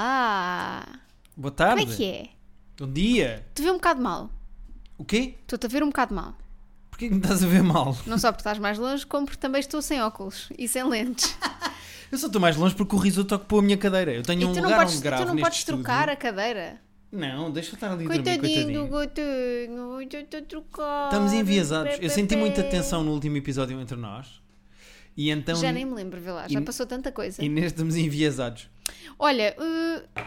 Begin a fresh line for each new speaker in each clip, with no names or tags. Ah, Boa tarde.
Como é que é?
Bom dia.
Te vê um bocado mal.
O quê?
Estou-te a ver um bocado mal.
Porquê que me estás a ver mal?
Não só porque estás mais longe, como porque também estou sem óculos e sem lentes.
Eu só estou mais longe porque o risoto ocupou a minha cadeira. Eu tenho
e
um
tu
lugar
não podes,
onde gravo
tu não
neste
podes trocar
estúdio.
a cadeira.
Não, deixa eu estar ali a dormir,
Coitadinho do
coitadinho.
gatinho, eu estou a trocar.
Estamos enviesados. Eu senti muita
Pé, pé, pé.
tensão no último episódio entre nós. E então...
Já nem me lembro, vê lá, já
E-
passou tanta coisa.
E neste estamos enviesados.
Olha, uh...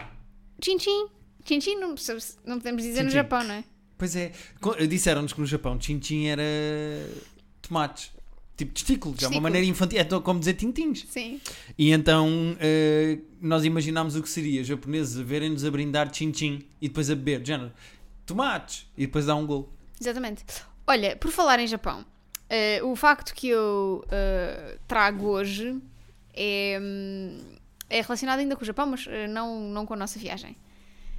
tchim tchim. Tchim tchim não, percebe- não podemos dizer
Tchim,
no
tchim.
Japão, não é?
Pois é. Co- Disseram-nos que no Japão tchim-tchim era tomates. Tipo testículos. É uma
Testículos.
maneira infantil. É como dizer tintins.
Sim.
E então eh, nós imaginámos o que seria japoneses a verem-nos a brindar tchim-tchim e depois a beber, de género, tomates, e depois dá um gol.
Exatamente. Olha, por falar em Japão, eh, o facto que eu eh, trago hoje é, hum, é relacionado ainda com o Japão, mas eh, não, não com a nossa viagem.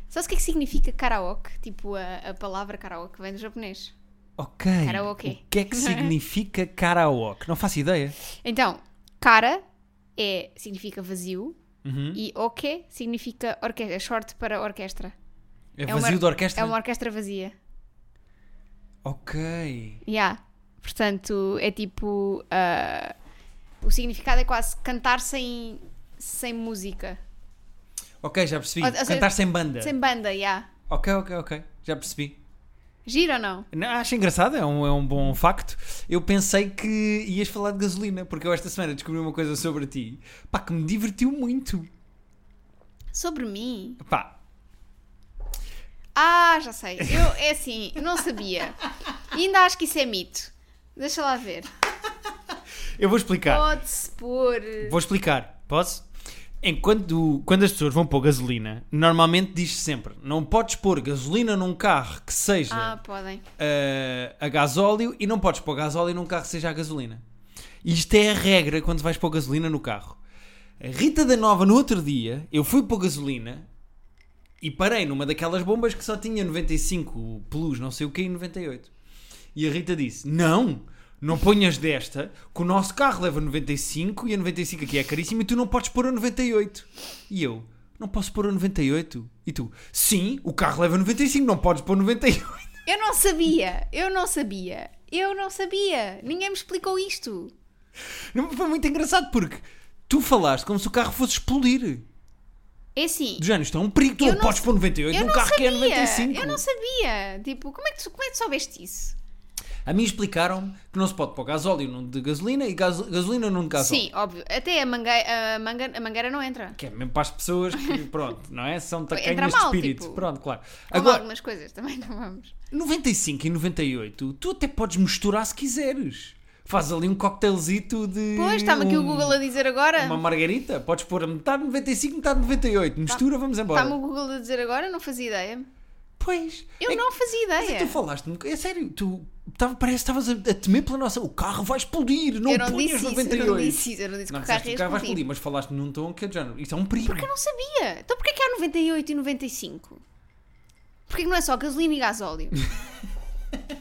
Sabes o que é que significa karaoke? Tipo, a, a palavra karaoke vem do japonês.
Ok.
Karaoke.
O que é que significa karaoke? Não faço ideia.
Então, kara é, significa vazio
Uhum.
e oke significa orquestra, é short para orquestra.
É
uma-
vazio de orquestra?
É uma orquestra vazia.
Ok.
Yeah. Portanto, é tipo. ah, o significado é quase cantar sem, sem música.
Ok, já percebi.
Ou- ou seja,
Cantar sem banda.
Sem banda, yeah.
Ok, ok, ok. Já percebi.
Giro ou não?
Não, acho engraçado, é um, é um bom facto. Eu pensei que ias falar de gasolina, porque eu esta semana descobri uma coisa sobre ti, pá, que me divertiu muito.
Sobre mim.
Pá,
Ah, já sei. Eu, é assim, eu não sabia. E ainda acho que isso é mito. Deixa lá ver.
eu vou explicar.
Pode-se pôr.
Vou explicar, posso? Enquanto, quando as pessoas vão pôr gasolina, normalmente diz sempre: não podes pôr gasolina num carro que seja
Ah, podem.
eh, a gasóleo e não podes pôr gasóleo num carro que seja a gasolina. Isto é a regra quando vais pôr gasolina no carro. A Rita da Nova, no outro dia, eu fui pôr gasolina e parei numa daquelas bombas que só tinha 95 plus, não sei o que, e 98. E a Rita disse: Não, não ponhas desta, que o nosso carro leva 95 e a 95 aqui é caríssima e tu não podes pôr a 98. E eu: Não posso pôr a 98? E tu: Sim, o carro leva 95, não podes pôr 98.
Eu não sabia. Eu não sabia. Eu não sabia. Ninguém me explicou isto.
Não, foi muito engraçado porque tu falaste como se o carro fosse explodir.
É assim.
Do género, isto é um perigo, tu
Eu
não
não
podes pôr 98
Eu
num
não
carro que
sabia.
é 95.
Eu não sabia. Tipo, como é que tu, como é que tu soubeste isso?
A mim explicaram que não se pode pôr gasóleo num de gasolina e gaso- gasolina num de gasóleo.
Sim, óbvio. Até a mangueira, a, manga, a mangueira não entra.
Que é mesmo para as pessoas que, pronto, não é? São
Entra
tacanhas de
mal,
espírito.
tipo.
Pronto, claro.
Como
Agora,
algumas coisas também não é? vamos.
95 e 98, tu até podes misturar se quiseres. Faz ali um cocktailzito de.
Pois, está-me aqui o
um-
Google a dizer agora.
Uma margarita, podes pôr a metade 95, metade 98. Mistura, vamos embora.
Está-me Tá- o Google a dizer agora, não fazia ideia.
Pois.
Eu
é
não fazia
Mas é
ideia.
que tu falaste-me, é sério, tu tava- parece que estavas a, a temer pela nossa. O carro vai explodir, não
eu não
ponhas
disse isso,
98.
eu não disse isso, eu não disse
Não
que o
disseste
carro
que
ia
o carro vai
explodir.
explodir, mas falaste num tom que é de género. Isto é um perigo.
Porque eu não sabia. Então porquê que há 98 e 95? Porquê que não é só gasolina e gasóleo?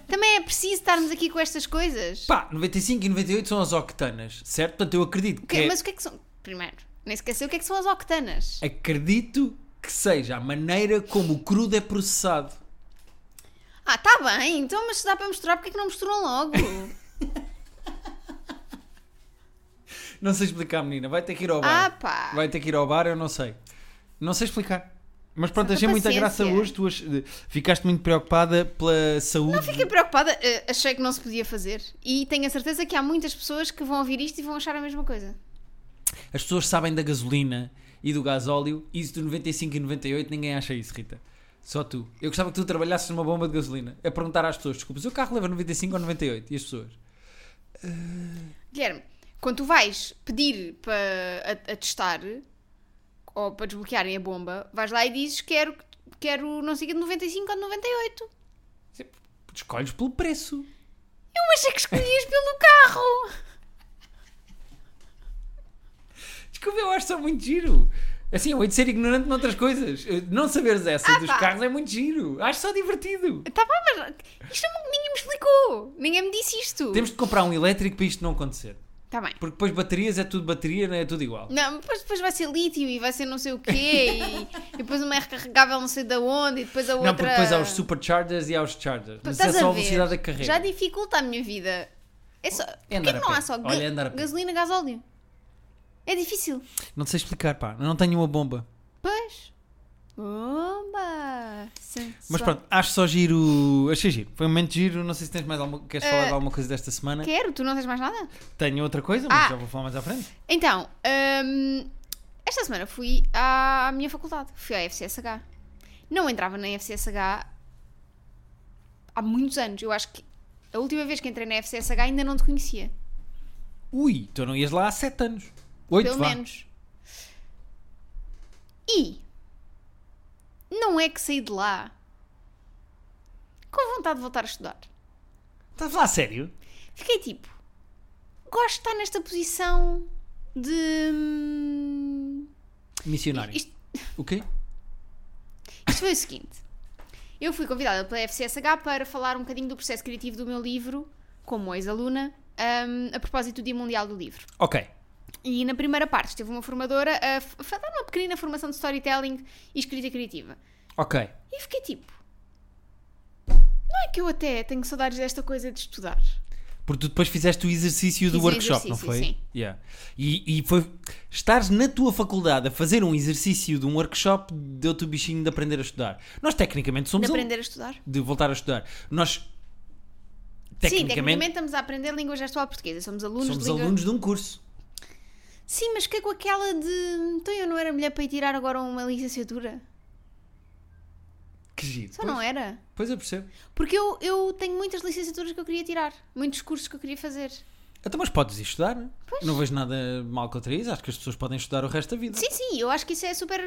Também é preciso estarmos aqui com estas coisas.
Pá, 95 e 98 são as octanas, certo? Portanto, eu acredito
O
que.
quê-
é-
Mas o que é que são? Primeiro, nem esqueceu o que é que são as octanas.
Acredito que seja a maneira como o crudo é processado.
Ah, tá bem, então mas se dá para misturar, porquê que não misturam logo?
Não sei explicar, menina. Vai ter que ir ao
ah,
bar.
pá.
Vai ter que ir ao bar, eu não sei. Não sei explicar. Mas pronto,
Santa
achei muita graça
paciência.
hoje. Tu ach- ficaste muito preocupada pela saúde.
Fiquei preocupada, eh, achei que não se podia fazer. E tenho a certeza que há muitas pessoas que vão ouvir isto e vão achar a mesma coisa.
As pessoas sabem da gasolina e do gasóleo, e isso do 95 e 98 ninguém acha isso, Rita. Só tu. Eu gostava que tu trabalhasses numa bomba de gasolina a perguntar às pessoas: desculpa, o seu carro leva 95 ou 98? E as pessoas?
Guilherme, quando tu vais pedir para a, a testar ou para desbloquearem a bomba, vais lá e dizes quero, quero não sei o que, 95 ou 98.
"Sempre Escolhes pelo preço.
Eu achei que escolhias pelo carro.
Desculpa, eu acho só muito giro. Assim, eu hei de ser ignorante noutras coisas. Eh, Não saberes essa dos
Ah, pá.
carros é muito giro. Acho só divertido.
Tá bem, mas isto não- ninguém me explicou. Ninguém me disse isto.
Temos de comprar um elétrico para isto não acontecer.
Está bem.
Porque depois baterias é tudo bateria, não é? É tudo igual.
Não, depois, depois vai ser lítio e vai ser não sei o quê e, e depois uma é recarregável não sei da onde e depois a outra...
Não, porque depois há os superchargers e há os chargers. Mas é
Estás
só
a
a velocidade
ver?
da carreira.
Já dificulta a minha vida. É só... Porquê
andar
que
a
não
pé.
há só ga-
Olha, andar a pé.
gasolina, gasóleo? É difícil.
Não sei explicar, pá. Não tenho uma bomba.
Pois. Bomba! Sensual.
Mas pronto, acho só giro. Achei giro. Foi um momento giro. Não sei se tens mais alguma. Queres
Eh,
falar de alguma coisa desta semana?
Quero, tu não tens mais nada?
Tenho outra coisa, mas
Ah.
já vou falar mais à frente.
Então, hum, esta semana fui à minha faculdade, fui à FCSH. Não entrava na FCSH há muitos anos. Eu acho que a última vez que entrei na FCSH ainda não te conhecia.
Ui, tu não ias lá há 7 anos. 8
pelo
vá.
menos. E não é que saí de lá com vontade de voltar a estudar.
Estás lá a sério?
Fiquei tipo, gosto de estar nesta posição de. hum,
Missionário.
isto-
O quê?
Isto foi o seguinte: eu fui convidada pela FCSH para falar um bocadinho do processo criativo do meu livro, como ex-aluna, hum, a propósito do Dia Mundial do Livro.
Ok.
E na primeira parte esteve uma formadora a f- a dar uma pequenina formação de storytelling e escrita criativa.
Ok.
E fiquei tipo. Não é que eu até tenho saudades desta coisa de estudar.
Porque tu depois fizeste o exercício do
Fiz o
workshop, não
exercício,
foi?
sim.
Yeah. E, e foi. Estares na tua faculdade a fazer um exercício de um workshop deu-te o bichinho de aprender a estudar. Nós, tecnicamente,
De
somos. um. al-
aprender a estudar.
de voltar a estudar. Nós.
Sim, tecnicamente estamos a aprender língua gestual portuguesa. Somos alunos
somos
de língua.
alunos de um curso.
Sim, mas que é com aquela de. Então eu não era mulher para ir tirar agora uma licenciatura?
Que giro.
Só não é. era?
Pois eu percebo.
Porque eu, eu tenho muitas licenciaturas que eu queria tirar, muitos cursos que eu queria fazer.
Então, mas podes ir estudar, não é? Não vejo nada mal contra isso. Acho que as pessoas podem estudar o resto da vida.
Sim, sim, eu acho que isso é super.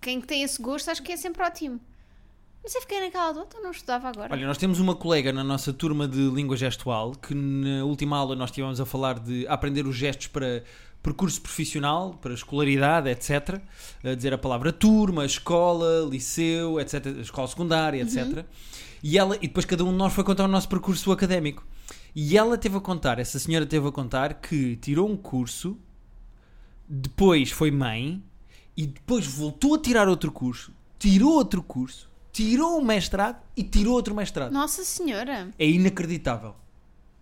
Quem tem esse gosto, acho que é sempre ótimo. Mas eu fiquei naquela do então não estudava agora.
Olha, nós temos uma colega na nossa turma de língua gestual que na última aula nós estivemos a falar de aprender os gestos para percurso profissional, para escolaridade, etc. A dizer a palavra turma, escola, liceu, etc. Escola secundária, etc. E, ela, e depois cada um de nós foi contar o nosso percurso académico. E ela teve a contar, essa senhora teve a contar que tirou um curso, depois foi mãe e depois voltou a tirar outro curso, tirou outro curso, tirou um mestrado e tirou outro mestrado.
Nossa Senhora!
É inacreditável.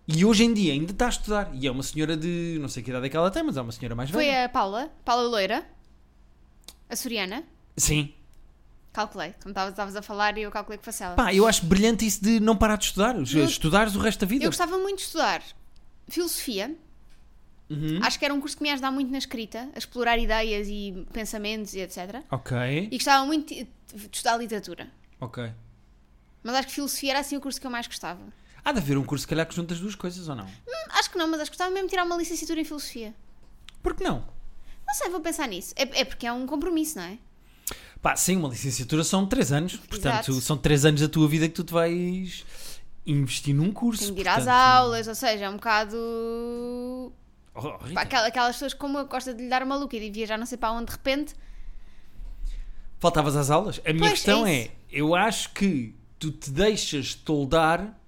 E hoje em dia ainda está a estudar. E é uma senhora de. não sei que idade é que ela tem, mas é uma senhora mais
Foi
velha.
a Paula, Paula Loira, açoriana.
Sim.
Calculei, como estavas- estavas a falar, eu calculei que fosse ela.
Pá, eu acho brilhante isso de não parar de estudar.
Eu-
Estudares o resto da vida.
Eu gostava muito de estudar filosofia. Acho que era um curso que me ia ajudar muito na escrita, a explorar ideias e pensamentos e etc.
Ok.
E gostava muito de de estudar literatura.
Ok.
Mas acho que filosofia era assim o curso que eu mais gostava.
Há de haver um curso, se calhar, que junta as duas coisas ou não?
Hum, Acho que não, mas acho que gostava mesmo de tirar uma licenciatura em filosofia.
Por que não?
Não sei, vou pensar nisso. É, é porque é um compromisso, não é?
Pá, sim, uma licenciatura são três anos. Portanto,
Exato.
são três anos da tua vida que tu te vais investir num curso.
Tenho de ir às
portanto-
aulas, ou seja, é um bocado.
Oh, Rita,
Pá, aquela- aquelas pessoas que como eu gosta de lhe dar uma maluca e de viajar não sei para onde de repente.
Faltavas às aulas? A minha
Pois,
questão
é
é,
isso.
eu acho que tu te deixas toldar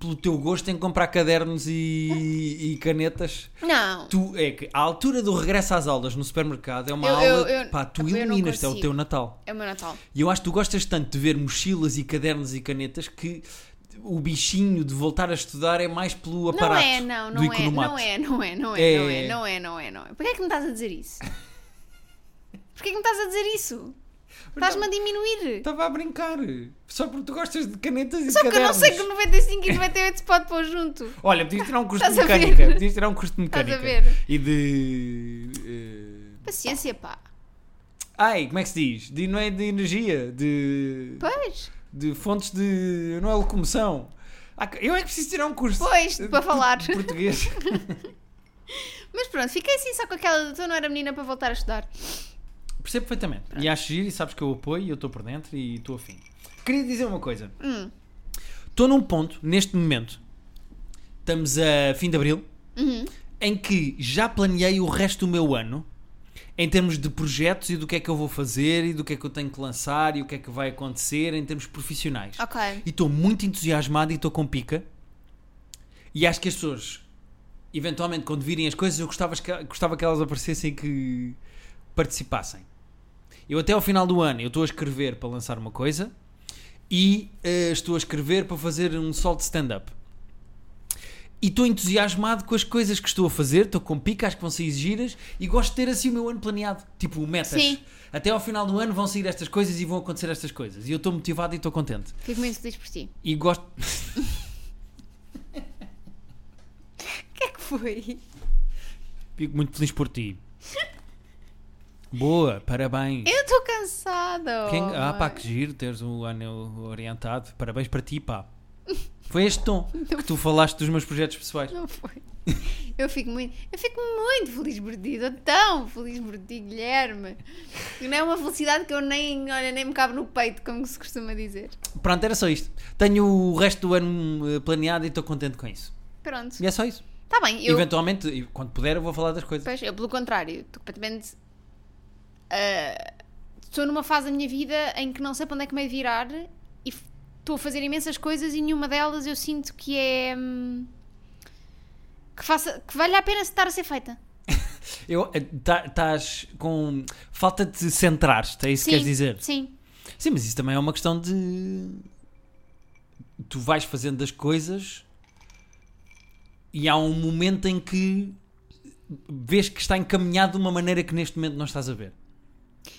pelo teu gosto em comprar cadernos e, e canetas.
Não!
Tu, é que a altura do regresso às aulas no supermercado é uma
Eu-
aula.
eu- eu-
pá, tu
eu não
iluminas, é o
consigo.
teu Natal.
É o meu Natal.
E eu acho que tu gostas tanto de ver mochilas e cadernos e canetas que o bichinho de voltar a estudar é mais pelo
Não
aparato
é, não,
do
não é,
economato.
não é, não é, não é,
É.
não é, não é, não é, não é. Porquê é que me estás a dizer isso? Porquê é que me estás a dizer isso?
Então,
Estás-me a diminuir.
Estava a brincar. Só porque tu gostas de canetas e
Só que eu não
cadernos.
sei que 95 e 98 se pode pôr junto.
Olha, podias tirar um curso de
Estás a ver?
mecânica. Podias tirar um curso de
Estás a
mecânica.
ver?
E de. eh,
Paciência, pá.
Ai, como é que se diz? De, não é de energia, de.
Pois,
de fontes de. não é locomoção. Ah, Eu é que preciso tirar um curso.
pois,
de
para falar.
Português.
Mas pronto, fiquei assim só com aquela de tu não era menina para voltar a estudar.
Percebo perfeitamente. E acho giro e sabes que eu apoio e eu estou por dentro e estou afim. Queria dizer uma coisa.
Hum.
Estou num ponto, neste momento, estamos a fim de abril, em que já planeei o resto do meu ano em termos de projetos e do que é que eu vou fazer e do que é que eu tenho que lançar e o que é que vai acontecer em termos profissionais.
Ok.
E estou muito entusiasmado e estou com pica. E acho que as pessoas eventualmente, quando virem as coisas, eu gostava que, gostava que elas aparecessem e que participassem. Eu até ao final do ano, eu estou a escrever para lançar uma coisa e eh, estou a escrever para fazer um solo de stand-up. E estou entusiasmado com as coisas que estou a fazer, estou com pica, acho que vão sair giras e gosto de ter assim o meu ano planeado, tipo metas.
Sim.
Até ao final do ano vão sair estas coisas e vão acontecer estas coisas. E eu estou motivado e estou contente.
Fico muito feliz por ti.
E gosto.
O que é que foi?
Fico muito feliz por ti. Boa, parabéns.
Eu estou cansada.
Quem- Ah,
homem.
pá, que giro teres o anel orientado. Parabéns para ti, pá. Foi este tom que tu falaste dos meus projetos pessoais.
Não foi. Eu fico muito, eu fico muito feliz por ti, estou tão feliz por ti, Guilherme. E Não é uma felicidade que eu nem, olha, nem me cabe no peito, como se costuma dizer.
Pronto, era só isto. Tenho o resto do ano eh, planeado e estou contente com isso.
Pronto.
E é só isso.
Está bem, eu,
Eventualmente, e quando puder, eu vou falar das coisas.
pois, eu pelo contrário, estou completamente. ah, estou numa fase da minha vida em que não sei para onde é que me hei de virar e f- estou a fazer imensas coisas e nenhuma delas eu sinto que é. hum, que, faça, que vale a pena estar a ser feita.
Eu eh, tá, Estás com falta de centrar-te, é isso que queres dizer?
Sim.
Sim, mas isso também é uma questão de. Tu vais fazendo as coisas e há um momento em que vês que está encaminhado de uma maneira que neste momento não estás a ver.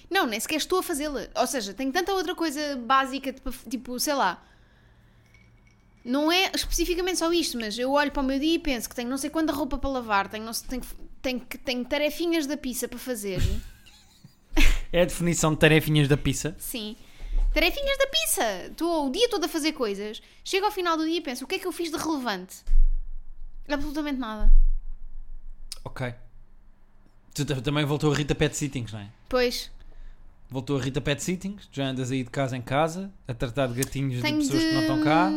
Não, nem sequer estou a fazê-la. Ou seja, tenho tanta outra coisa básica, tipo, tipo, sei lá. Não é especificamente só isto, mas eu olho para o meu dia e penso que tenho não sei quanta roupa para lavar, tenho, não sei, tenho, tenho, que- tenho tarefinhas da pizza para fazer.
É a definição de tarefinhas da pizza.
Sim. Tarefinhas da pizza! Estou o dia todo a fazer coisas. Chego ao final do dia e penso: o que é que eu fiz de relevante? Absolutamente nada.
Ok. Tu ta- também voltou a Rita Pet Sittings, não é?
Pois,
Voltou a Rita Pet Sittings, tu já andas aí de casa em casa a tratar de gatinhos
tenho
de pessoas
de.
que não estão cá.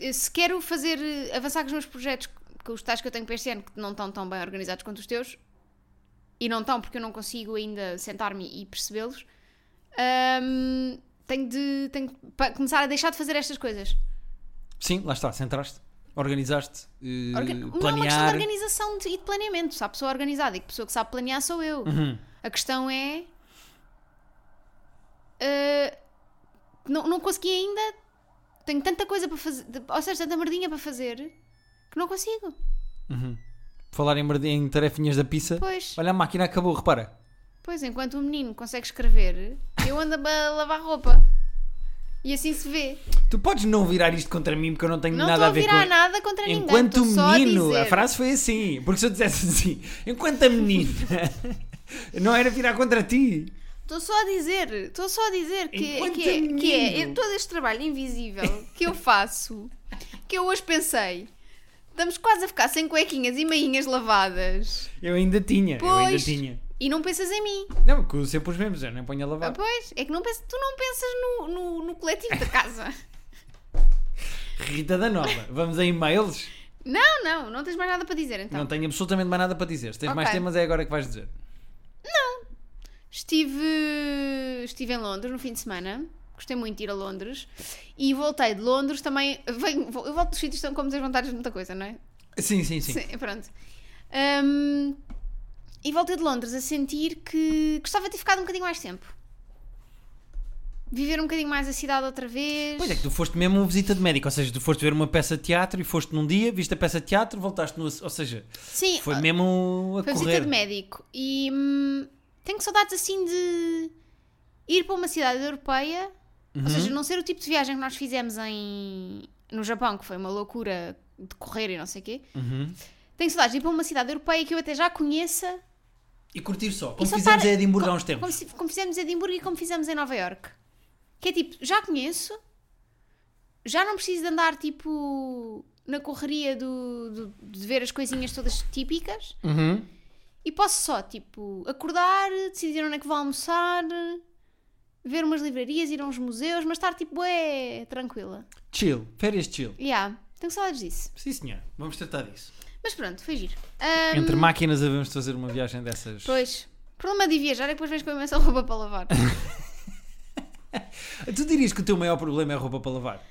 Eu, Se quero fazer eh, avançar com os meus projetos, com os tais que eu tenho para este ano, que não estão tão bem organizados quanto os teus, e não estão porque eu não consigo ainda sentar-me e percebê-los, ahm, tenho de tenho de pa- começar a deixar de fazer estas coisas.
Sim, lá está, centraste, organizaste, eh,
Orga- Não é uma questão de
planear.
organização de- e de planeamento. Se há pessoa organizada e que pessoa que sabe planear sou eu.
Uhum.
A questão é. eh, não, não consegui ainda. Tenho tanta coisa para fazer. Ou seja, tanta merdinha para fazer que não consigo.
Uhum. Falar em, merda- em tarefinhas da pizza.
Pois,
Olha, a máquina acabou, repara.
pois enquanto o menino consegue escrever, eu ando a lavar roupa. E assim se vê.
Tu podes não virar isto contra mim porque eu não tenho
Não estou
nada
a
a ver
virar
com
nada contra ninguém.
Enquanto
estou só
menino,
a,
a,
dizer.
frase foi assim, porque se eu dissesse assim, enquanto a menina, não era virar contra ti.
Estou só a dizer, estou só a dizer que,
Enquanto
que, é, que é
menino.
todo este trabalho invisível que eu faço, que eu hoje pensei. Estamos quase a ficar sem cuequinhas e meinhas lavadas.
Eu ainda tinha, É, eu ainda
Pois.
tinha.
E não pensas em mim.
Não, porque eu sempre os mesmos, eu nem ponho a
Ah,
lavar.
pois, é que não pensas, tu não pensas no, no, no coletivo da casa.
Rita da Nova, vamos a e-mails?
Não, não, não tens mais nada para dizer então.
Não tenho absolutamente mais nada para dizer. Se tens mais
Ok.
temas, é agora que vais dizer.
Estive, estive em Londres no fim de semana. Gostei muito de ir a Londres. E voltei de Londres também. Venho, vou- eu volto dos sítios, estão como as vontades de muita coisa, não é?
Sim, sim, sim.
Sim, pronto. Hum, e voltei de Londres a sentir que gostava de ter ficado um bocadinho mais tempo. Viver um bocadinho mais a cidade outra vez.
Pois é, que tu foste mesmo uma visita de médico, ou seja, tu foste ver uma peça de teatro e foste num dia, viste a peça de teatro, voltaste no. Ou seja,
Sim, ah,
foi mesmo a
foi um
correr.
visita de médico. E hum, tenho saudades assim de ir para uma cidade europeia.
Uhum.
Ou seja, não ser o tipo de viagem que nós fizemos em, no Japão, que foi uma loucura de correr e não sei o quê.
Uhum.
Tenho saudades de ir para uma cidade europeia que eu até já conheça.
E curtir só, como
só
fizemos
estar-
a Edimburgo há
co-
uns tempos.
Como, se- como fizemos em Edimburgo e como fizemos em Nova York. Que é tipo, já conheço, já não preciso de andar tipo na correria do, do- de ver as coisinhas todas típicas
Uhum.
e posso só tipo acordar, decidir onde é que vou almoçar, ver umas livrarias, ir a uns museus, mas estar tipo, é tranquila.
Chill, férias chill.
Yeah, tenho saudades disso.
Sim, senhor, vamos tratar disso.
Mas pronto, foi giro. Ahm,
Entre máquinas, devemos fazer uma viagem dessas.
Hum. Pois, problema de viajar é que depois vens com imensa roupa para lavar.
Tu dirias que o teu maior problema é a roupa para lavar?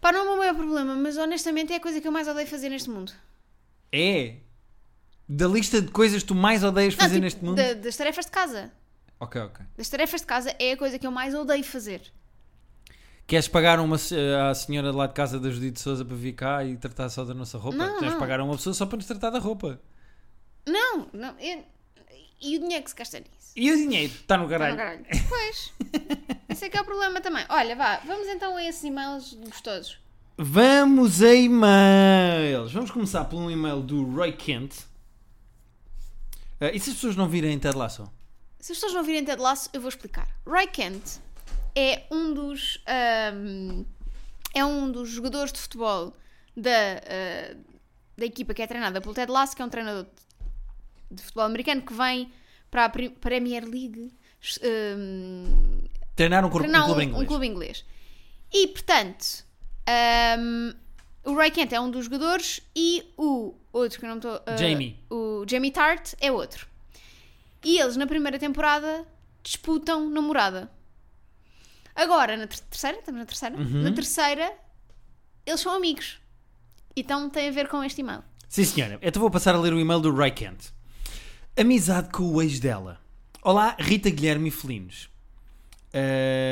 Pá, não é o meu maior problema, mas honestamente é a coisa que eu mais odeio fazer neste mundo.
É. Da lista de coisas que tu mais odeias fazer
tipo,
neste mundo?
da- das tarefas de casa.
Ok, ok.
Das tarefas de casa é a coisa que eu mais odeio fazer.
Queres pagar uma, se- eh, à senhora lá de casa da Judite Souza para vir cá e tratar só da nossa roupa?
Não,
Queres
não.
pagar a uma pessoa só para nos tratar da roupa?
Não, não. eu- E o dinheiro que se gasta nisso?
E o dinheiro? Está no
Tá no
caralho.
caralho. Pois. Esse é que é o problema também. Olha, vá, vamos então a esses e-mails gostosos.
Vamos a e-mails. Vamos começar por um e-mail do Roy Kent. Ah, e se as pessoas não virem Ted Lasso?
Se as pessoas não virem Ted Lasso, eu vou explicar. Roy Kent é um dos ahm, é um dos jogadores de futebol da ah, da equipa que é treinada pelo Ted Lasso, que é um treinador de futebol americano que vem para a Pri- Premier League ahm,
Treinar um, cor-
treinar
um clube inglês.
um clube inglês. E portanto, ahm, o Roy Kent é um dos jogadores e o outro que eu não estou. ah,
Jamie.
O Jamie Tart é outro. E eles na primeira temporada disputam namorada. Agora, na ter- terceira, estamos na terceira?
Uhum.
Na terceira, eles são amigos. Então tem a ver com este e-mail.
Sim, senhora. Então vou passar a ler o e-mail do Roy Kent. Amizade com o ex dela. Olá, Rita Guilherme e Felinos.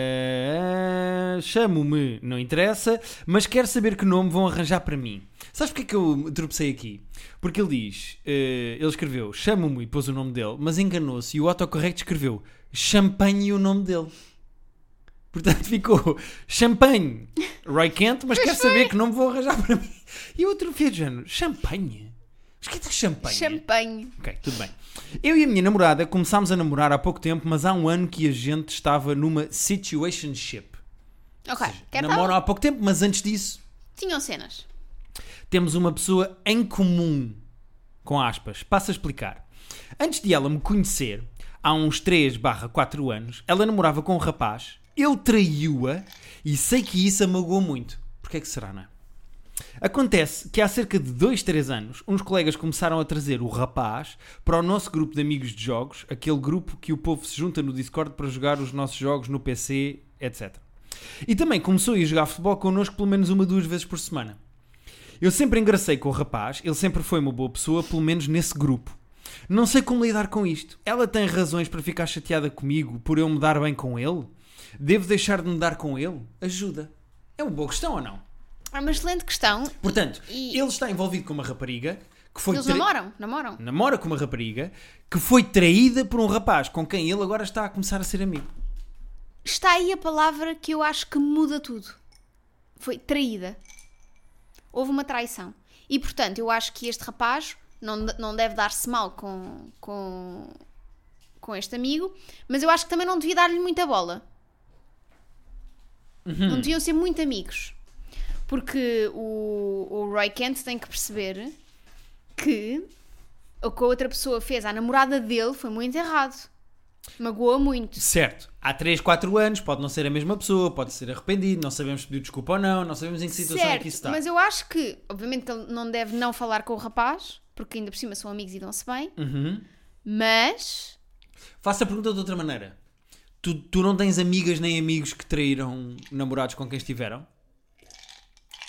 Ah, Chamo-me, não interessa, mas quero saber que nome vão arranjar para mim. Sabes porque é que eu me tropecei aqui? Porque ele diz, ah, ele escreveu chamo-me e pôs o nome dele, mas enganou-se e o autocorrecto escreveu champanhe e o nome dele. Portanto ficou champanhe, Roy Kent, mas quero saber que nome vou arranjar para mim. E outro fio de género, champanhe? Mas que é champanhe?
Champanhe.
Ok, tudo bem. Eu e a minha namorada começámos a namorar há pouco tempo, mas há um ano que a gente estava numa situationship.
Ok, quer tal?
Namoram há pouco tempo, mas antes disso
Tinham cenas.
temos uma pessoa em comum. Com aspas. Passo a explicar. Antes de ela me conhecer, há uns 3 barra 4 anos, ela namorava com um rapaz, ele traiu-a e sei que isso a magoou muito. Porquê que será, não é? Acontece que há cerca de 2, 3 anos, uns colegas começaram a trazer o rapaz para o nosso grupo de amigos de jogos, aquele grupo que o povo se junta no Discord para jogar os nossos jogos no PC, etc. E também começou a ir jogar futebol connosco pelo menos uma, duas vezes por semana. Eu sempre engracei com o rapaz, ele sempre foi uma boa pessoa, pelo menos nesse grupo. Não sei como lidar com isto. Ela tem razões para ficar chateada comigo por eu me dar bem com ele? Devo deixar de me dar com ele? Ajuda. É uma boa questão ou não?
É uma excelente questão.
Portanto,
E-
ele está envolvido com uma rapariga que foi
Eles
tra-
namoram, namoram.
namora com uma rapariga que foi traída por um rapaz com quem ele agora está a começar a ser amigo.
está aí a palavra que eu acho que muda tudo. Foi traída. Houve uma traição. E portanto, eu acho que este rapaz não, de- não deve dar-se mal com, com, com este amigo, mas eu acho que também não devia dar-lhe muita bola. Não deviam ser muito amigos. Porque o, o Roy Kent tem que perceber que o que a outra pessoa fez à namorada dele foi muito errado. Magoou muito.
Certo. Há 3, 4 anos, pode não ser a mesma pessoa, pode ser arrependido, não sabemos se pediu desculpa ou não, não sabemos em que situação é que isso está.
Mas eu acho que, obviamente, ele não deve não falar com o rapaz, porque ainda por cima são amigos e dão-se bem,
Uhum.
mas
Faça a pergunta de outra maneira. Tu, tu não tens amigas nem amigos que traíram namorados com quem estiveram?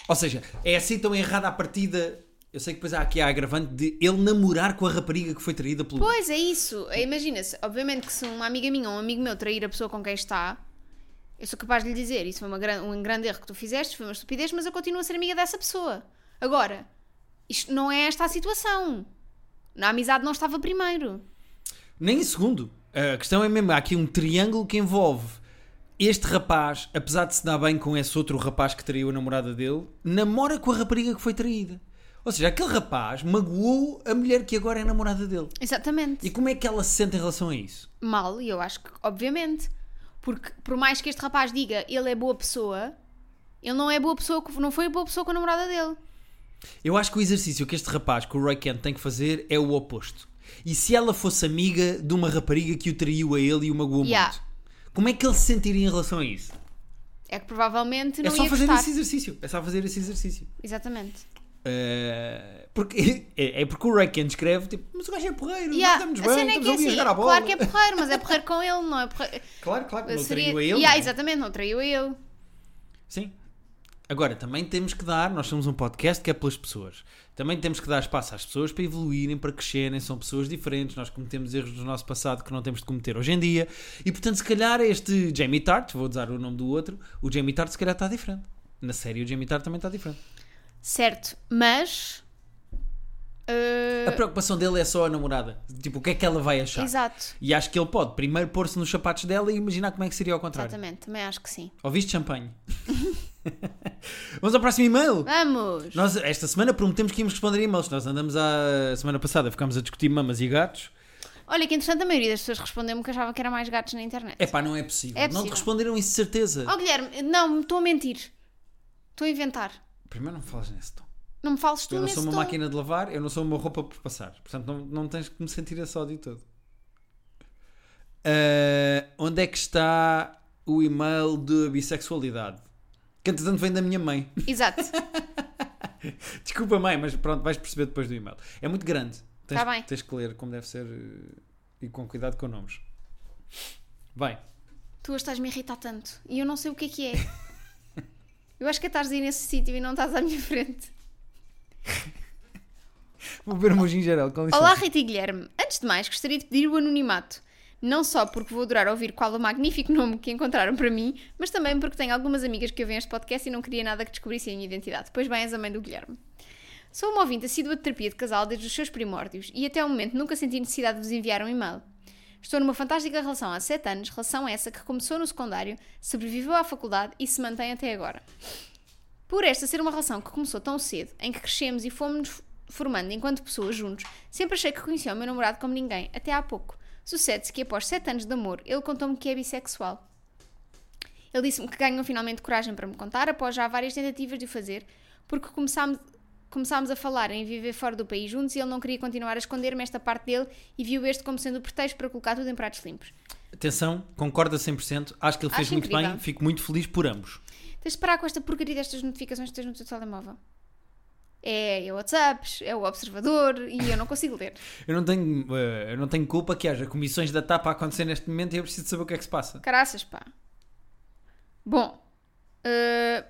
Ou seja, é assim tão errada a partida. Eu sei que depois há aqui a agravante de ele namorar com a rapariga que foi traída pelo.
pois é isso. Imagina-se, obviamente que se uma amiga minha ou um amigo meu trair a pessoa com quem está, eu sou capaz de lhe dizer, isso foi uma gran- um grande erro que tu fizeste, foi uma estupidez, mas eu continuo a ser amiga dessa pessoa. Agora, isto não é esta a situação. A amizade não estava primeiro.
Nem em segundo. A questão é mesmo, há aqui um triângulo que envolve este rapaz, apesar de se dar bem com esse outro rapaz que traiu a namorada dele, namora com a rapariga que foi traída. Ou seja, aquele rapaz magoou a mulher que agora é namorada dele.
Exatamente.
E como é que ela se sente em relação a isso?
mal, e eu acho que, obviamente, porque por mais que este rapaz diga ele é boa pessoa, ele não é boa pessoa, co- não foi boa pessoa com a namorada dele.
Eu acho que o exercício que este rapaz, que o Roy Kent, tem que fazer é o oposto. E se ela fosse amiga de uma rapariga que o traiu a ele e o magoou
Yeah.
muito? Como é que ele se sentiria em relação a isso?
É que provavelmente não
é só
ia
fazer
gostar.
esse exercício. É só fazer esse exercício.
Exatamente.
Eh, porque, é, é porque o Roy Kent escreve, tipo, mas o gajo é porreiro,
Yeah,
nós estamos
a
bem,
cena é
estamos
que é
ali a
assim,
jogar a bola.
claro que é porreiro, mas é porreiro com ele, não é porreiro.
Claro, claro, não
Seria-
traiu a ele. né?
Yeah,
não é?
exatamente, não traiu a ele.
Sim. Agora, também temos que dar, nós somos um podcast que é pelas pessoas. Também temos que dar espaço às pessoas para evoluírem, para crescerem, são pessoas diferentes, nós cometemos erros do nosso passado que não temos de cometer hoje em dia. E portanto, se calhar este Jamie Tart, vou usar o nome do outro, o Jamie Tart se calhar está diferente. Na série o Jamie Tart também está diferente.
Certo, mas. eh,
A preocupação dele é só a namorada. Tipo, o que é que ela vai achar?
exato,
E acho que ele pode primeiro pôr-se nos sapatos dela e imaginar como é que seria ao contrário.
exatamente, também acho que sim.
Ouviste champanhe? Vamos ao próximo e-mail?
Vamos!
Nós, esta semana, prometemos que íamos responder e-mails. Nós andamos a semana passada, ficámos a discutir mamas e gatos.
Olha que interessante, a maioria das pessoas respondeu-me que achava que era mais gatos na internet.
É pá, não é possível.
É
Não te
possível.
responderam isso de certeza.
Oh Guilherme, não, estou a mentir. Estou a inventar.
Primeiro, não falas nesse tom.
Não me fales tu
Eu não
nesse
sou uma
tom.
máquina de lavar, eu não sou uma roupa por passar. Portanto, não, não tens que me sentir esse ódio todo. Ah, onde é que está o e-mail de bissexualidade? Que entretanto vem da minha mãe.
Exato,
Desculpa, mãe, mas pronto, vais perceber depois do e-mail. É muito grande. Tens,
Tá bem.
tens que ler como deve ser eh, e com cuidado com nomes. Vai.
tu estás-me a irritar tanto e eu não sei o que é que é. Eu acho que estás aí nesse sítio e não estás à minha frente.
Vou beber um gingerel com licença.
Olá, Rita e Guilherme. Antes de mais, gostaria de pedir o anonimato. Não só porque vou adorar ouvir qual o magnífico nome que encontraram para mim, mas também porque tenho algumas amigas que ouvem este podcast e não queria nada que descobrissem a minha identidade. Pois bem, és a mãe do Guilherme. Sou uma ouvinte assídua de terapia de casal desde os seus primórdios e até ao momento nunca senti necessidade de vos enviar um e-mail. Estou numa fantástica relação há 7 anos, relação essa que começou no secundário, sobreviveu à faculdade e se mantém até agora. Por esta ser uma relação que começou tão cedo, em que crescemos e fomos formando enquanto pessoas juntos, sempre achei que conhecia o meu namorado como ninguém, até há pouco. Sucede-se que após 7 anos de amor, ele contou-me que é bissexual. Ele disse-me que ganhou finalmente coragem para me contar, após já várias tentativas de o fazer, porque começámos, começámos a falar em viver fora do país juntos e ele não queria continuar a esconder-me esta parte dele e viu este como sendo o pretexto para colocar tudo em pratos limpos.
Atenção, concordo a 100%. Acho que ele fez
Acho
muito
incrível.
bem. Fico muito feliz por ambos.
Tens de parar com esta porcaria destas notificações que tens no teu telemóvel. É, é o WhatsApps, é o Observador e eu não consigo ler.
Eu não tenho, eh, eu não tenho culpa que haja comissões da TAP a acontecer neste momento e eu preciso saber o que é que se passa.
Caraças, pá. Bom, eh,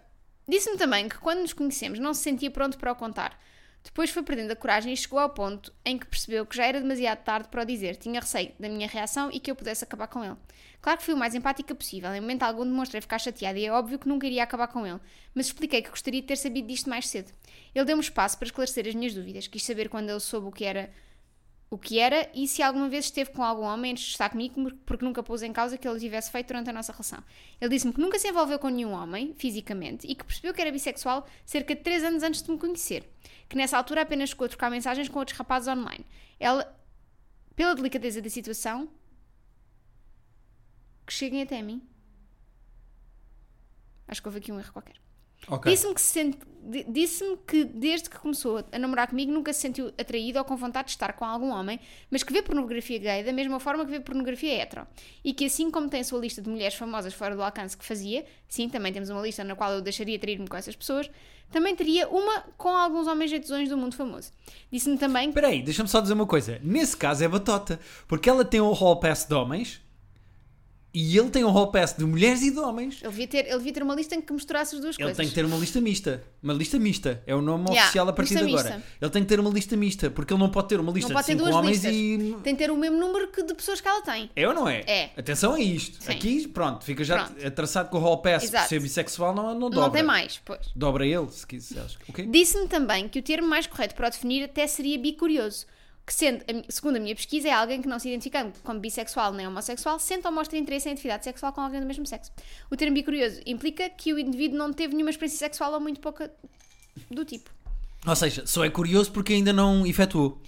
disse-me também que quando nos conhecemos não se sentia pronto para o contar. Depois foi perdendo a coragem e chegou ao ponto em que percebeu que já era demasiado tarde para o dizer. Tinha receio da minha reação e que eu pudesse acabar com ele. Claro que fui o mais empática possível. Em momento algum demonstrei ficar chateada e é óbvio que nunca iria acabar com ele. Mas expliquei que gostaria de ter sabido disto mais cedo. Ele deu-me espaço para esclarecer as minhas dúvidas. Quis saber quando ele soube o que era o que era e se alguma vez esteve com algum homem antes de estar comigo, porque nunca pôs em causa que ele tivesse feito durante a nossa relação. Ele disse-me que nunca se envolveu com nenhum homem, fisicamente, e que percebeu que era bissexual cerca de 3 anos antes de me conhecer, que nessa altura apenas chegou a trocar mensagens com outros rapazes online. Ela, pela delicadeza da situação, que cheguem até mim. Acho que houve aqui um erro qualquer.
Ok.
Disse-me que, se sent- di- disse-me que desde que começou a namorar comigo nunca se sentiu atraído ou com vontade de estar com algum homem, mas que vê pornografia gay da mesma forma que vê pornografia hetero. E que assim como tem a sua lista de mulheres famosas fora do alcance que fazia, sim, também temos uma lista na qual eu deixaria trair-me com essas pessoas, também teria uma com alguns homens jeitosões do mundo famoso. Disse-me também que
Espera aí, deixa-me só dizer uma coisa. Nesse caso é batota, porque ela tem um hall pass de homens e ele tem um hall pass de mulheres e de homens.
ele devia ter, ele devia ter uma lista em que misturasse as duas
Ele
coisas.
tem que ter uma lista mista. Uma lista mista. É o nome
Yeah,
oficial a partir
lista
de agora.
mista.
Ele tem que ter uma lista mista, porque ele não pode ter uma lista
Não pode
de
ter
cinco
duas
homens
listas.
e.
Tem que ter o mesmo número que de pessoas que ela tem.
É ou não é?
É.
Atenção a isto.
Sim.
Aqui, pronto, fica já
Pronto.
traçado com o hall pass por
Exato.
ser bissexual, não, não dobra.
Não tem mais, pois.
Dobra ele, se quiseres. Ok?
Disse-me também que o termo mais correto para o definir até seria bicurioso, que sendo, a mi- segundo a minha pesquisa, é alguém que não se identificando como bissexual nem homossexual, sente ou mostra interesse em atividade sexual com alguém do mesmo sexo. O termo bicurioso implica que o indivíduo não teve nenhuma experiência sexual ou muito pouca do tipo.
Ou seja, só é curioso porque ainda não efetuou.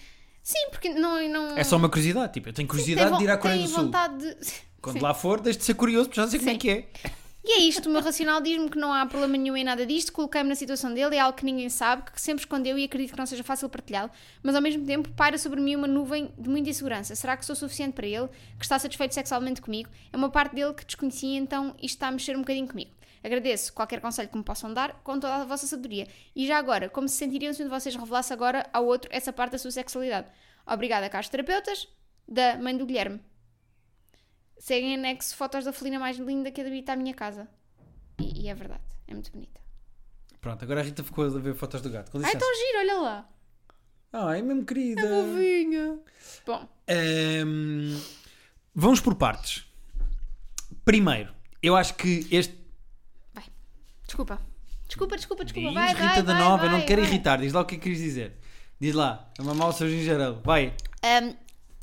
Sim, porque não... não
É só uma curiosidade. Tipo, eu
tem
tenho curiosidade
vo-
de ir à Coreia
tem
do Sul.
vontade de...
Quando
Sim.
lá for, deixe de ser curioso, porque já sei como é
Sim.
que é.
E é isto, o meu racional diz-me que não há problema nenhum em nada disto, coloquei-me na situação dele, é algo que ninguém sabe, que sempre escondeu e acredito que não seja fácil partilhá-lo, mas ao mesmo tempo paira sobre mim uma nuvem de muita insegurança. Será que sou suficiente para ele? Que está satisfeito sexualmente comigo? É uma parte dele que desconhecia, então isto está a mexer um bocadinho comigo. Agradeço qualquer conselho que me possam dar, com toda a vossa sabedoria. E já agora, como se sentiriam se um de vocês revelasse agora ao outro essa parte da sua sexualidade? Obrigada, caros terapeutas, da mãe do Guilherme. Seguem em anexo fotos da felina mais linda que habita a minha casa. E, e é verdade, é muito bonita.
Pronto, agora a Rita ficou a ver fotos do gato. Com
Ai, então
licença.
tão giro, olha lá.
Ai, mesmo querida.
É Bovinha. Bom,
Ahm, vamos por partes. Primeiro, eu acho que este.
desculpa. Desculpa, desculpa, desculpa.
Diz,
Vai,
Rita
vai,
da
vai,
Nova, eu
vai,
não quero
vai.
irritar, diz lá o que é que queres dizer. Diz lá, é a mamar o seu gingerão. Vai.
Ahm,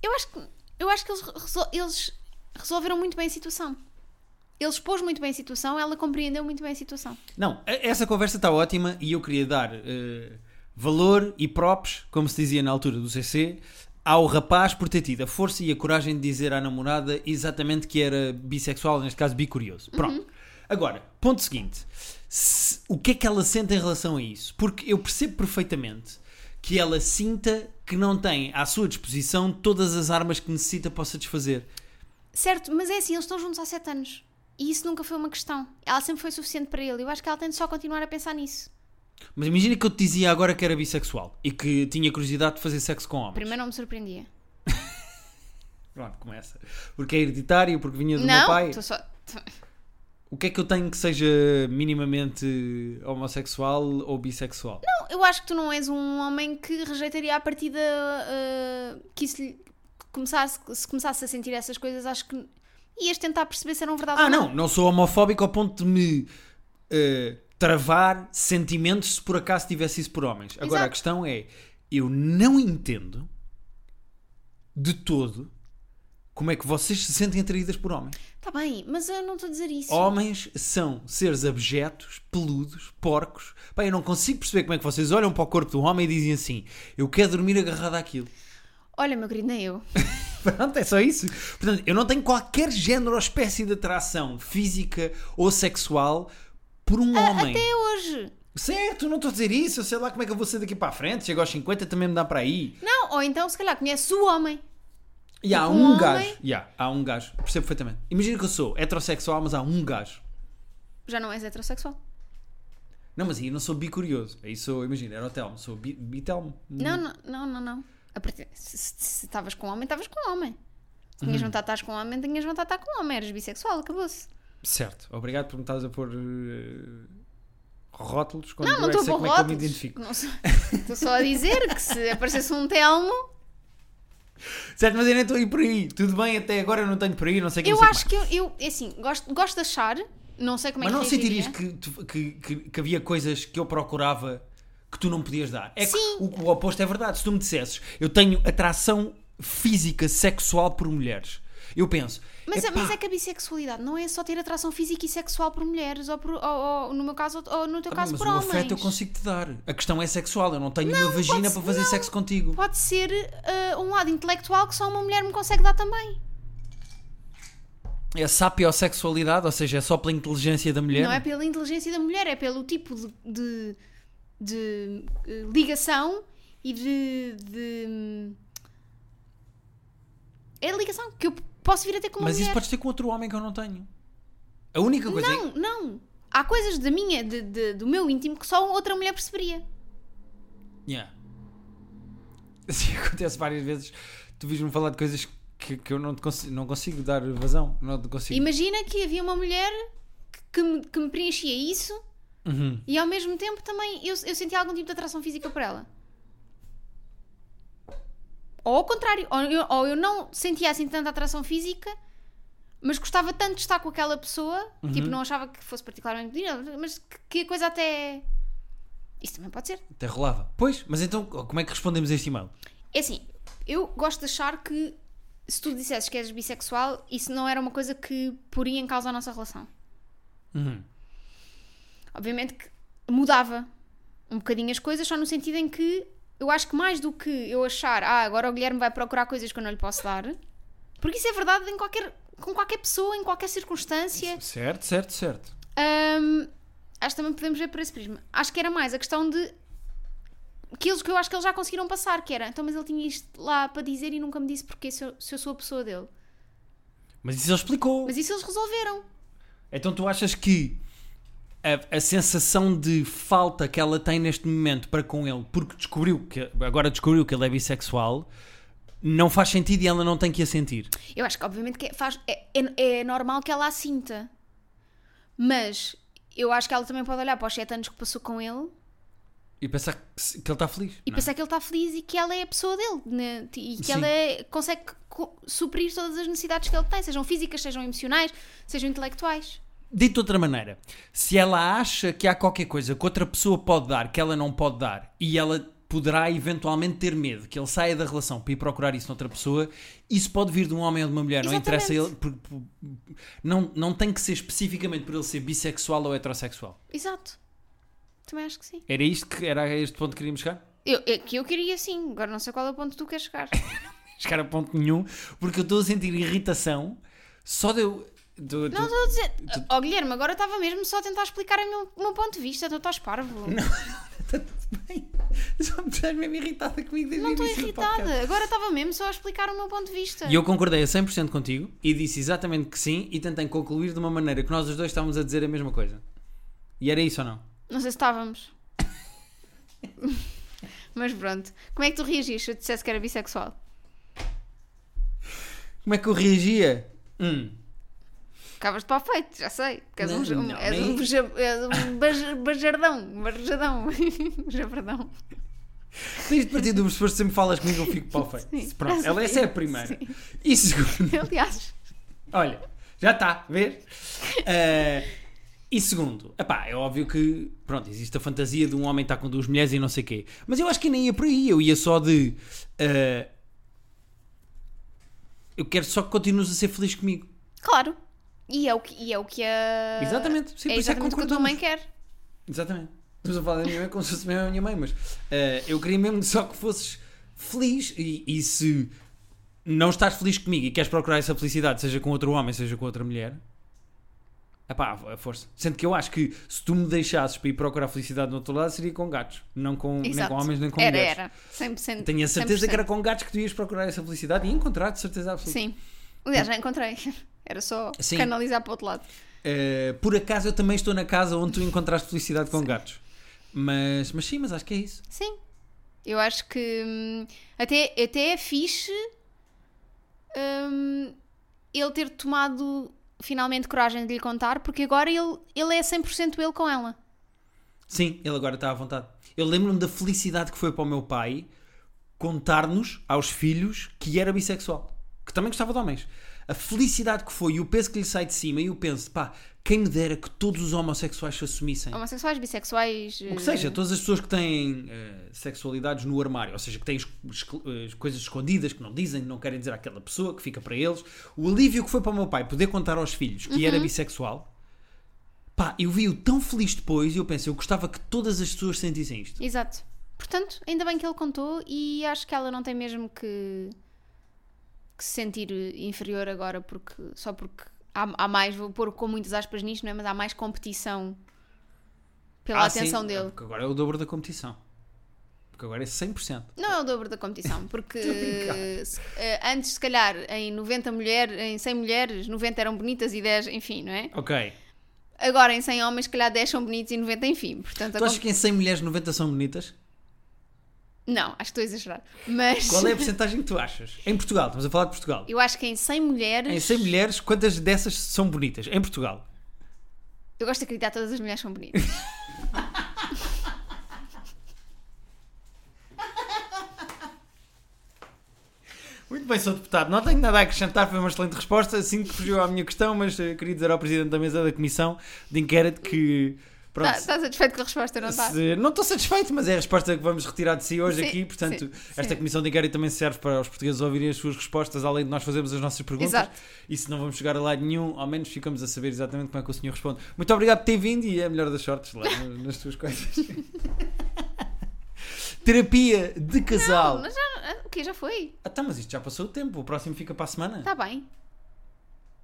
eu, acho que, eu acho que eles, resol- eles resolveram muito bem a situação. Eles expôs muito bem a situação, ela compreendeu muito bem a situação.
Não, a- essa conversa está ótima e eu queria dar eh, valor e props, como se dizia na altura do CC, ao rapaz por ter tido a força e a coragem de dizer à namorada exatamente que era bissexual, neste caso bicurioso. Pronto. Agora, ponto seguinte. Se- o que é que ela sente em relação a isso? Porque eu percebo perfeitamente que ela sinta que não tem à sua disposição todas as armas que necessita para o satisfazer.
Certo, mas é assim, eles estão juntos há sete anos. E isso nunca foi uma questão. Ela sempre foi suficiente para ele. Eu acho que ela tem de só continuar a pensar nisso.
Mas imagina que eu te dizia agora que era bissexual e que tinha curiosidade de fazer sexo com homens.
Primeiro não me surpreendia.
Pronto, começa. Porque é hereditário, porque vinha do meu
Não,
pai.
estou só.
O que é que eu tenho que seja minimamente homossexual ou bissexual?
Não, eu acho que tu não és um homem que rejeitaria a partida ah, que isso lhe começasse, se começasse a sentir essas coisas, acho que ias tentar perceber se eram verdade
ah,
ou
não, não sou homofóbico ao ponto de me eh, travar sentimentos se por acaso tivesse isso por homens. Agora a
Exato.
questão é: eu não entendo de todo como é que vocês se sentem atraídas por homens.
Está Tá bem, mas eu não estou a dizer isso.
Homens são seres abjetos, peludos, porcos. Pá, eu não consigo perceber como é que vocês olham para o corpo do homem e dizem assim: eu quero dormir agarrado àquilo.
Olha, meu querido, nem eu.
Pronto, é só isso. Portanto, eu não tenho qualquer género ou espécie de atração física ou sexual por um homem.
Ah, Até hoje.
Certo, não estou a dizer isso. Eu sei lá como é que eu vou ser daqui para a frente. Chego aos 50, também me dá para aí.
Não, ou então se calhar conhece o homem.
E há
Tipo,
um
um homem-
gajo. E há- há um gajo. Percebo perfeitamente. Imagina que eu sou heterossexual, mas há um gajo.
Já não és heterossexual.
Não, mas aí eu não sou bicurioso. Aí sou, imagina, era o Telmo. Sou bi- bitelmo.
Não, não, não, não, não. A partir- se- se- Se estavas com homem, estavas com homem. Se tinhas
Hum.
vontade de estar com homem, tinhas vontade de estar com homem. Eras bissexual, acabou-se.
Certo. Obrigado por me estás a pôr eh, rótulos quando
Não, não
eu é que
estou
sei
com
como é que eu me identifico.
rótulos. Não sou- Estou só a dizer que se aparecesse um telmo,
Certo, mas eu nem estou a ir por aí. Tudo bem, até agora eu não tenho por aí, não sei o que
eu
não sei o
acho que eu, eu, é assim, gosto, gosto de achar, não sei como
Mas
é que
não
reagiria.
sentirias que, tu- que, que, que havia coisas que eu procurava que tu não podias dar? É que
Sim.
O, o oposto é verdade. Se tu me dissesses, eu tenho atração física, sexual por mulheres, eu penso.
Mas, é-
"Epá,
mas é que a bissexualidade não é só ter atração física e sexual por mulheres, ou, por, ou- ou, no meu caso, ou, ou no teu
tá bem,
caso
mas
por
o
homens.
afeto eu consigo te dar. A questão é sexual, eu não tenho uma vagina
pode-
para fazer sexo contigo.
Pode ser ah, um lado intelectual que só uma mulher me consegue dar também.
É sapiosexualidade, ou seja, é só pela inteligência da mulher.
Não é pela inteligência da mulher, é pelo tipo de, de- de, eh, ligação e de, de- É a ligação que eu posso vir a ter com uma
Mas isso
mulher.
podes ter com outro homem que eu não tenho. A única coisa é-
Não, não. Há coisas da minha, de- de- do meu íntimo que só outra mulher perceberia.
Yeah. Assim acontece várias vezes. Tu viste-me falar de coisas que, que eu não, te consi- não consigo dar vazão. Não te consigo.
Imagina que havia uma mulher que, que me, que me preenchia isso
Uhum.
e ao mesmo tempo também eu, eu sentia algum tipo de atração física por ela. Ou ao contrário, ou eu, ou eu não sentia assim tanta atração física, mas gostava tanto de estar com aquela pessoa, tipo, não achava que fosse particularmente bonita, mas que, que a coisa até. é. Isso também pode ser.
Até rolava. Pois, mas então como é que respondemos a este e-mail?
É assim, eu gosto de achar que se tu dissesses que és bissexual, isso não era uma coisa que poria em causa a nossa relação.
Uhum.
obviamente que mudava um bocadinho as coisas, só no sentido em que eu acho que mais do que eu achar, ah, agora o Guilherme vai procurar coisas que eu não lhe posso dar, porque isso é verdade em qualquer, com qualquer pessoa, em qualquer circunstância.
Certo, certo, certo.
Ahm, acho que também podemos ver por esse prisma. Acho que era mais a questão de aquilo que eu acho que eles já conseguiram passar, que era, então, mas ele tinha isto lá para dizer e nunca me disse porque se eu, se eu sou a pessoa dele.
Mas isso ele explicou.
Mas isso eles resolveram.
Então tu achas que a, a sensação de falta que ela tem neste momento para com ele, porque descobriu que agora descobriu que ele é bissexual, não faz sentido e ela não tem que a sentir.
Eu acho que obviamente que é, faz- é- é- é normal que ela a sinta. Mas eu acho que ela também pode olhar para os 7 anos que passou com ele
E pensar que, se- que ele está feliz.
e
não é?
pensar que ele está feliz e que ela é a pessoa dele né? e que
Sim.
ela é- consegue co- suprir todas as necessidades que ele tem, sejam físicas, sejam emocionais, sejam intelectuais.
Dito de outra maneira, se ela acha que há qualquer coisa que outra pessoa pode dar que ela não pode dar e ela poderá eventualmente ter medo que ele saia da relação para ir procurar isso noutra pessoa, isso pode vir de um homem ou de uma mulher, não interessa ele. por- por- não, não tem que ser especificamente por ele ser bissexual ou heterossexual.
Exato. Também acho que sim.
Era isto que era a este ponto que queríamos chegar?
Eu, é que eu queria sim, agora não sei qual é o ponto que tu queres chegar.
Chegar a ponto nenhum, porque eu estou a sentir irritação só de eu. do- do-
Não estou a dizer. Ó Guilherme, agora estava mesmo só a tentar explicar o meu, o meu ponto de vista, tu estás parvo. Não
Está Tá tudo bem. Só me estás mesmo irritada comigo desde o
estou
início do podcast.
irritada, agora estava mesmo só a explicar o meu ponto de vista.
E eu concordei a 100% contigo e disse exatamente que sim e tentei concluir de uma maneira que nós os dois estávamos a dizer a mesma coisa. E era isso ou não?
Não sei se estávamos. Mas pronto, como é que tu reagiste se eu te dissesse que era bissexual?
Como é que eu reagia? Hum,
Acabas-te para o feito, já sei. que És
Não,
um, ja- um-
não,
és
nem-
um, ja- és um baj- bajardão, um bajardão, Um bajardão.
tens de partir do pressuposto que sempre falas comigo, eu fico para o feio.
Sim.
Pronto,
Sim.
ela, essa é a primeira. E segundo,
Aliás,
olha, já está, vês? Ah, e segundo, epá, é óbvio que, pronto, existe a fantasia de um homem estar com duas mulheres e não sei o quê. Mas eu acho que nem ia por aí, eu ia só de. ah, eu quero só que continues a ser feliz comigo.
claro. E é o que, e é o que a.
Exatamente, sim,
é
por isso é que
exatamente o que a tua
concordamos.
mãe quer.
Exatamente. Estamos a falar da minha mãe como se fosse mesmo a minha mãe, mas eh, eu queria mesmo só que fosses feliz e, e se não estás feliz comigo e queres procurar essa felicidade, seja com outro homem, seja com outra mulher, epá, a força. Sendo que eu acho que se tu me deixasses para ir procurar felicidade no outro lado, seria com gatos, não com, nem
Exato.
com homens nem com
era,
mulheres.
Era, 100%.
Tenho a certeza
100%.
que era com gatos que tu ias procurar essa felicidade e encontrar, de certeza absoluta.
Sim. Aliás, já encontrei. Era só
Sim.
canalizar para o outro lado.
Eh, por acaso eu também estou na casa onde tu encontraste felicidade com gatos. Mas, mas sim, mas acho que é isso.
Sim. Eu acho que hum, até, até é fixe hum, ele ter tomado finalmente coragem de lhe contar, porque agora ele, ele é 100% ele com ela.
Sim, ele agora está à vontade. Eu lembro-me da felicidade que foi para o meu pai contar-nos aos filhos que era bissexual, que também gostava de homens. A felicidade que foi e o peso que lhe sai de cima e o penso, pá, quem me dera que todos os homossexuais se assumissem.
Homossexuais, bissexuais.
O que seja, todas as pessoas que têm eh, sexualidades no armário, ou seja, que têm es- esco- eh, coisas escondidas que não dizem, não querem dizer àquela pessoa, que fica para eles. O alívio que foi para o meu pai poder contar aos filhos que
Uhum.
era bissexual, pá, eu vi-o tão feliz depois e eu pensei, eu gostava que todas as pessoas sentissem isto.
eh, Exato. Portanto, ainda bem que ele contou e acho que ela não tem mesmo que, que se sentir inferior agora porque só porque há, há mais, vou pôr com muitas aspas nisto, não é? Mas há mais competição pela
Ah, sim,
atenção
é,
dele.
Porque agora é o dobro da competição. Porque agora é 100%.
Não é o dobro da competição, porque
Estou a brincar.
se- eh, antes, se calhar, em 90 mulheres, em 100 mulheres, 90 eram bonitas e 10, enfim, não é?
Ok.
Agora, em 100 homens, se calhar 10 são bonitos e 90, enfim. Portanto, a
Tu achas
comp-
que em 100 mulheres 90 são bonitas?
Não, acho que estou a exagerar. Mas
Qual é a porcentagem que tu achas? Em Portugal, estamos a falar de Portugal.
eu acho que em 100 mulheres.
Em 100 mulheres, quantas dessas são bonitas? Em Portugal.
Eu gosto de acreditar que todas as mulheres são bonitas.
Muito bem, Sr. Deputado. Não tenho nada a acrescentar, foi uma excelente resposta. Sinto que fugiu à minha questão, mas eh, queria dizer ao Presidente da Mesa da Comissão de Inquérito que. Pronto,
Está Tá, satisfeito com a resposta, não está?
se- não estou satisfeito, mas é a resposta que vamos retirar de si hoje
tá, Sim,
aqui. Portanto,
sim,
esta
sim.
Comissão de Inquérito também serve para os portugueses ouvirem as suas respostas, além de nós fazermos as nossas perguntas.
Exato.
E se não vamos chegar a lado nenhum, ao menos ficamos a saber exatamente como é que o senhor responde. Muito obrigado por ter vindo e é a melhor das sortes lá no- nas tuas coisas. Terapia de casal.
Mas já, o quê? Já foi?
Ah, tá, mas isto já passou o tempo. O próximo fica para a semana.
Está bem.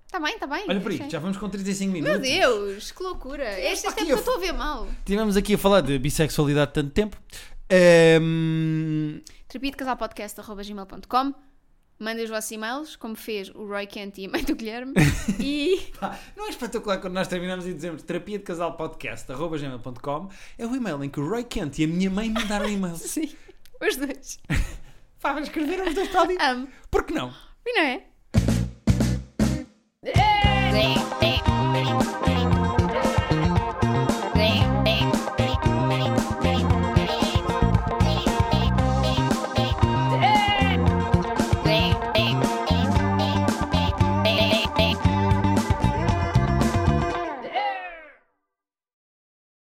Está bem, está bem.
Olha por
Sim.
aí, já vamos com 35
Meu
minutos.
Deus, que loucura. Este, este é
aqui
porque
eu-
eu estou a ver mal.
Estivemos aqui a falar de bissexualidade tanto tempo. Ehm, Ahm,
terapia de casal podcast.gmail.com Mandem os vossos e-mails, como fez o Roy Kent e a mãe do Guilherme. e
pá, não é espetacular quando nós terminamos e dizemos terapia de casal podcast arroba gmail.com é o e-mail em que o Roy Kent e a minha mãe mandaram e-mails.
sim, os dois.
Pá, mas escreveram os dois para ali.
Amo.
Por que não?
E não é?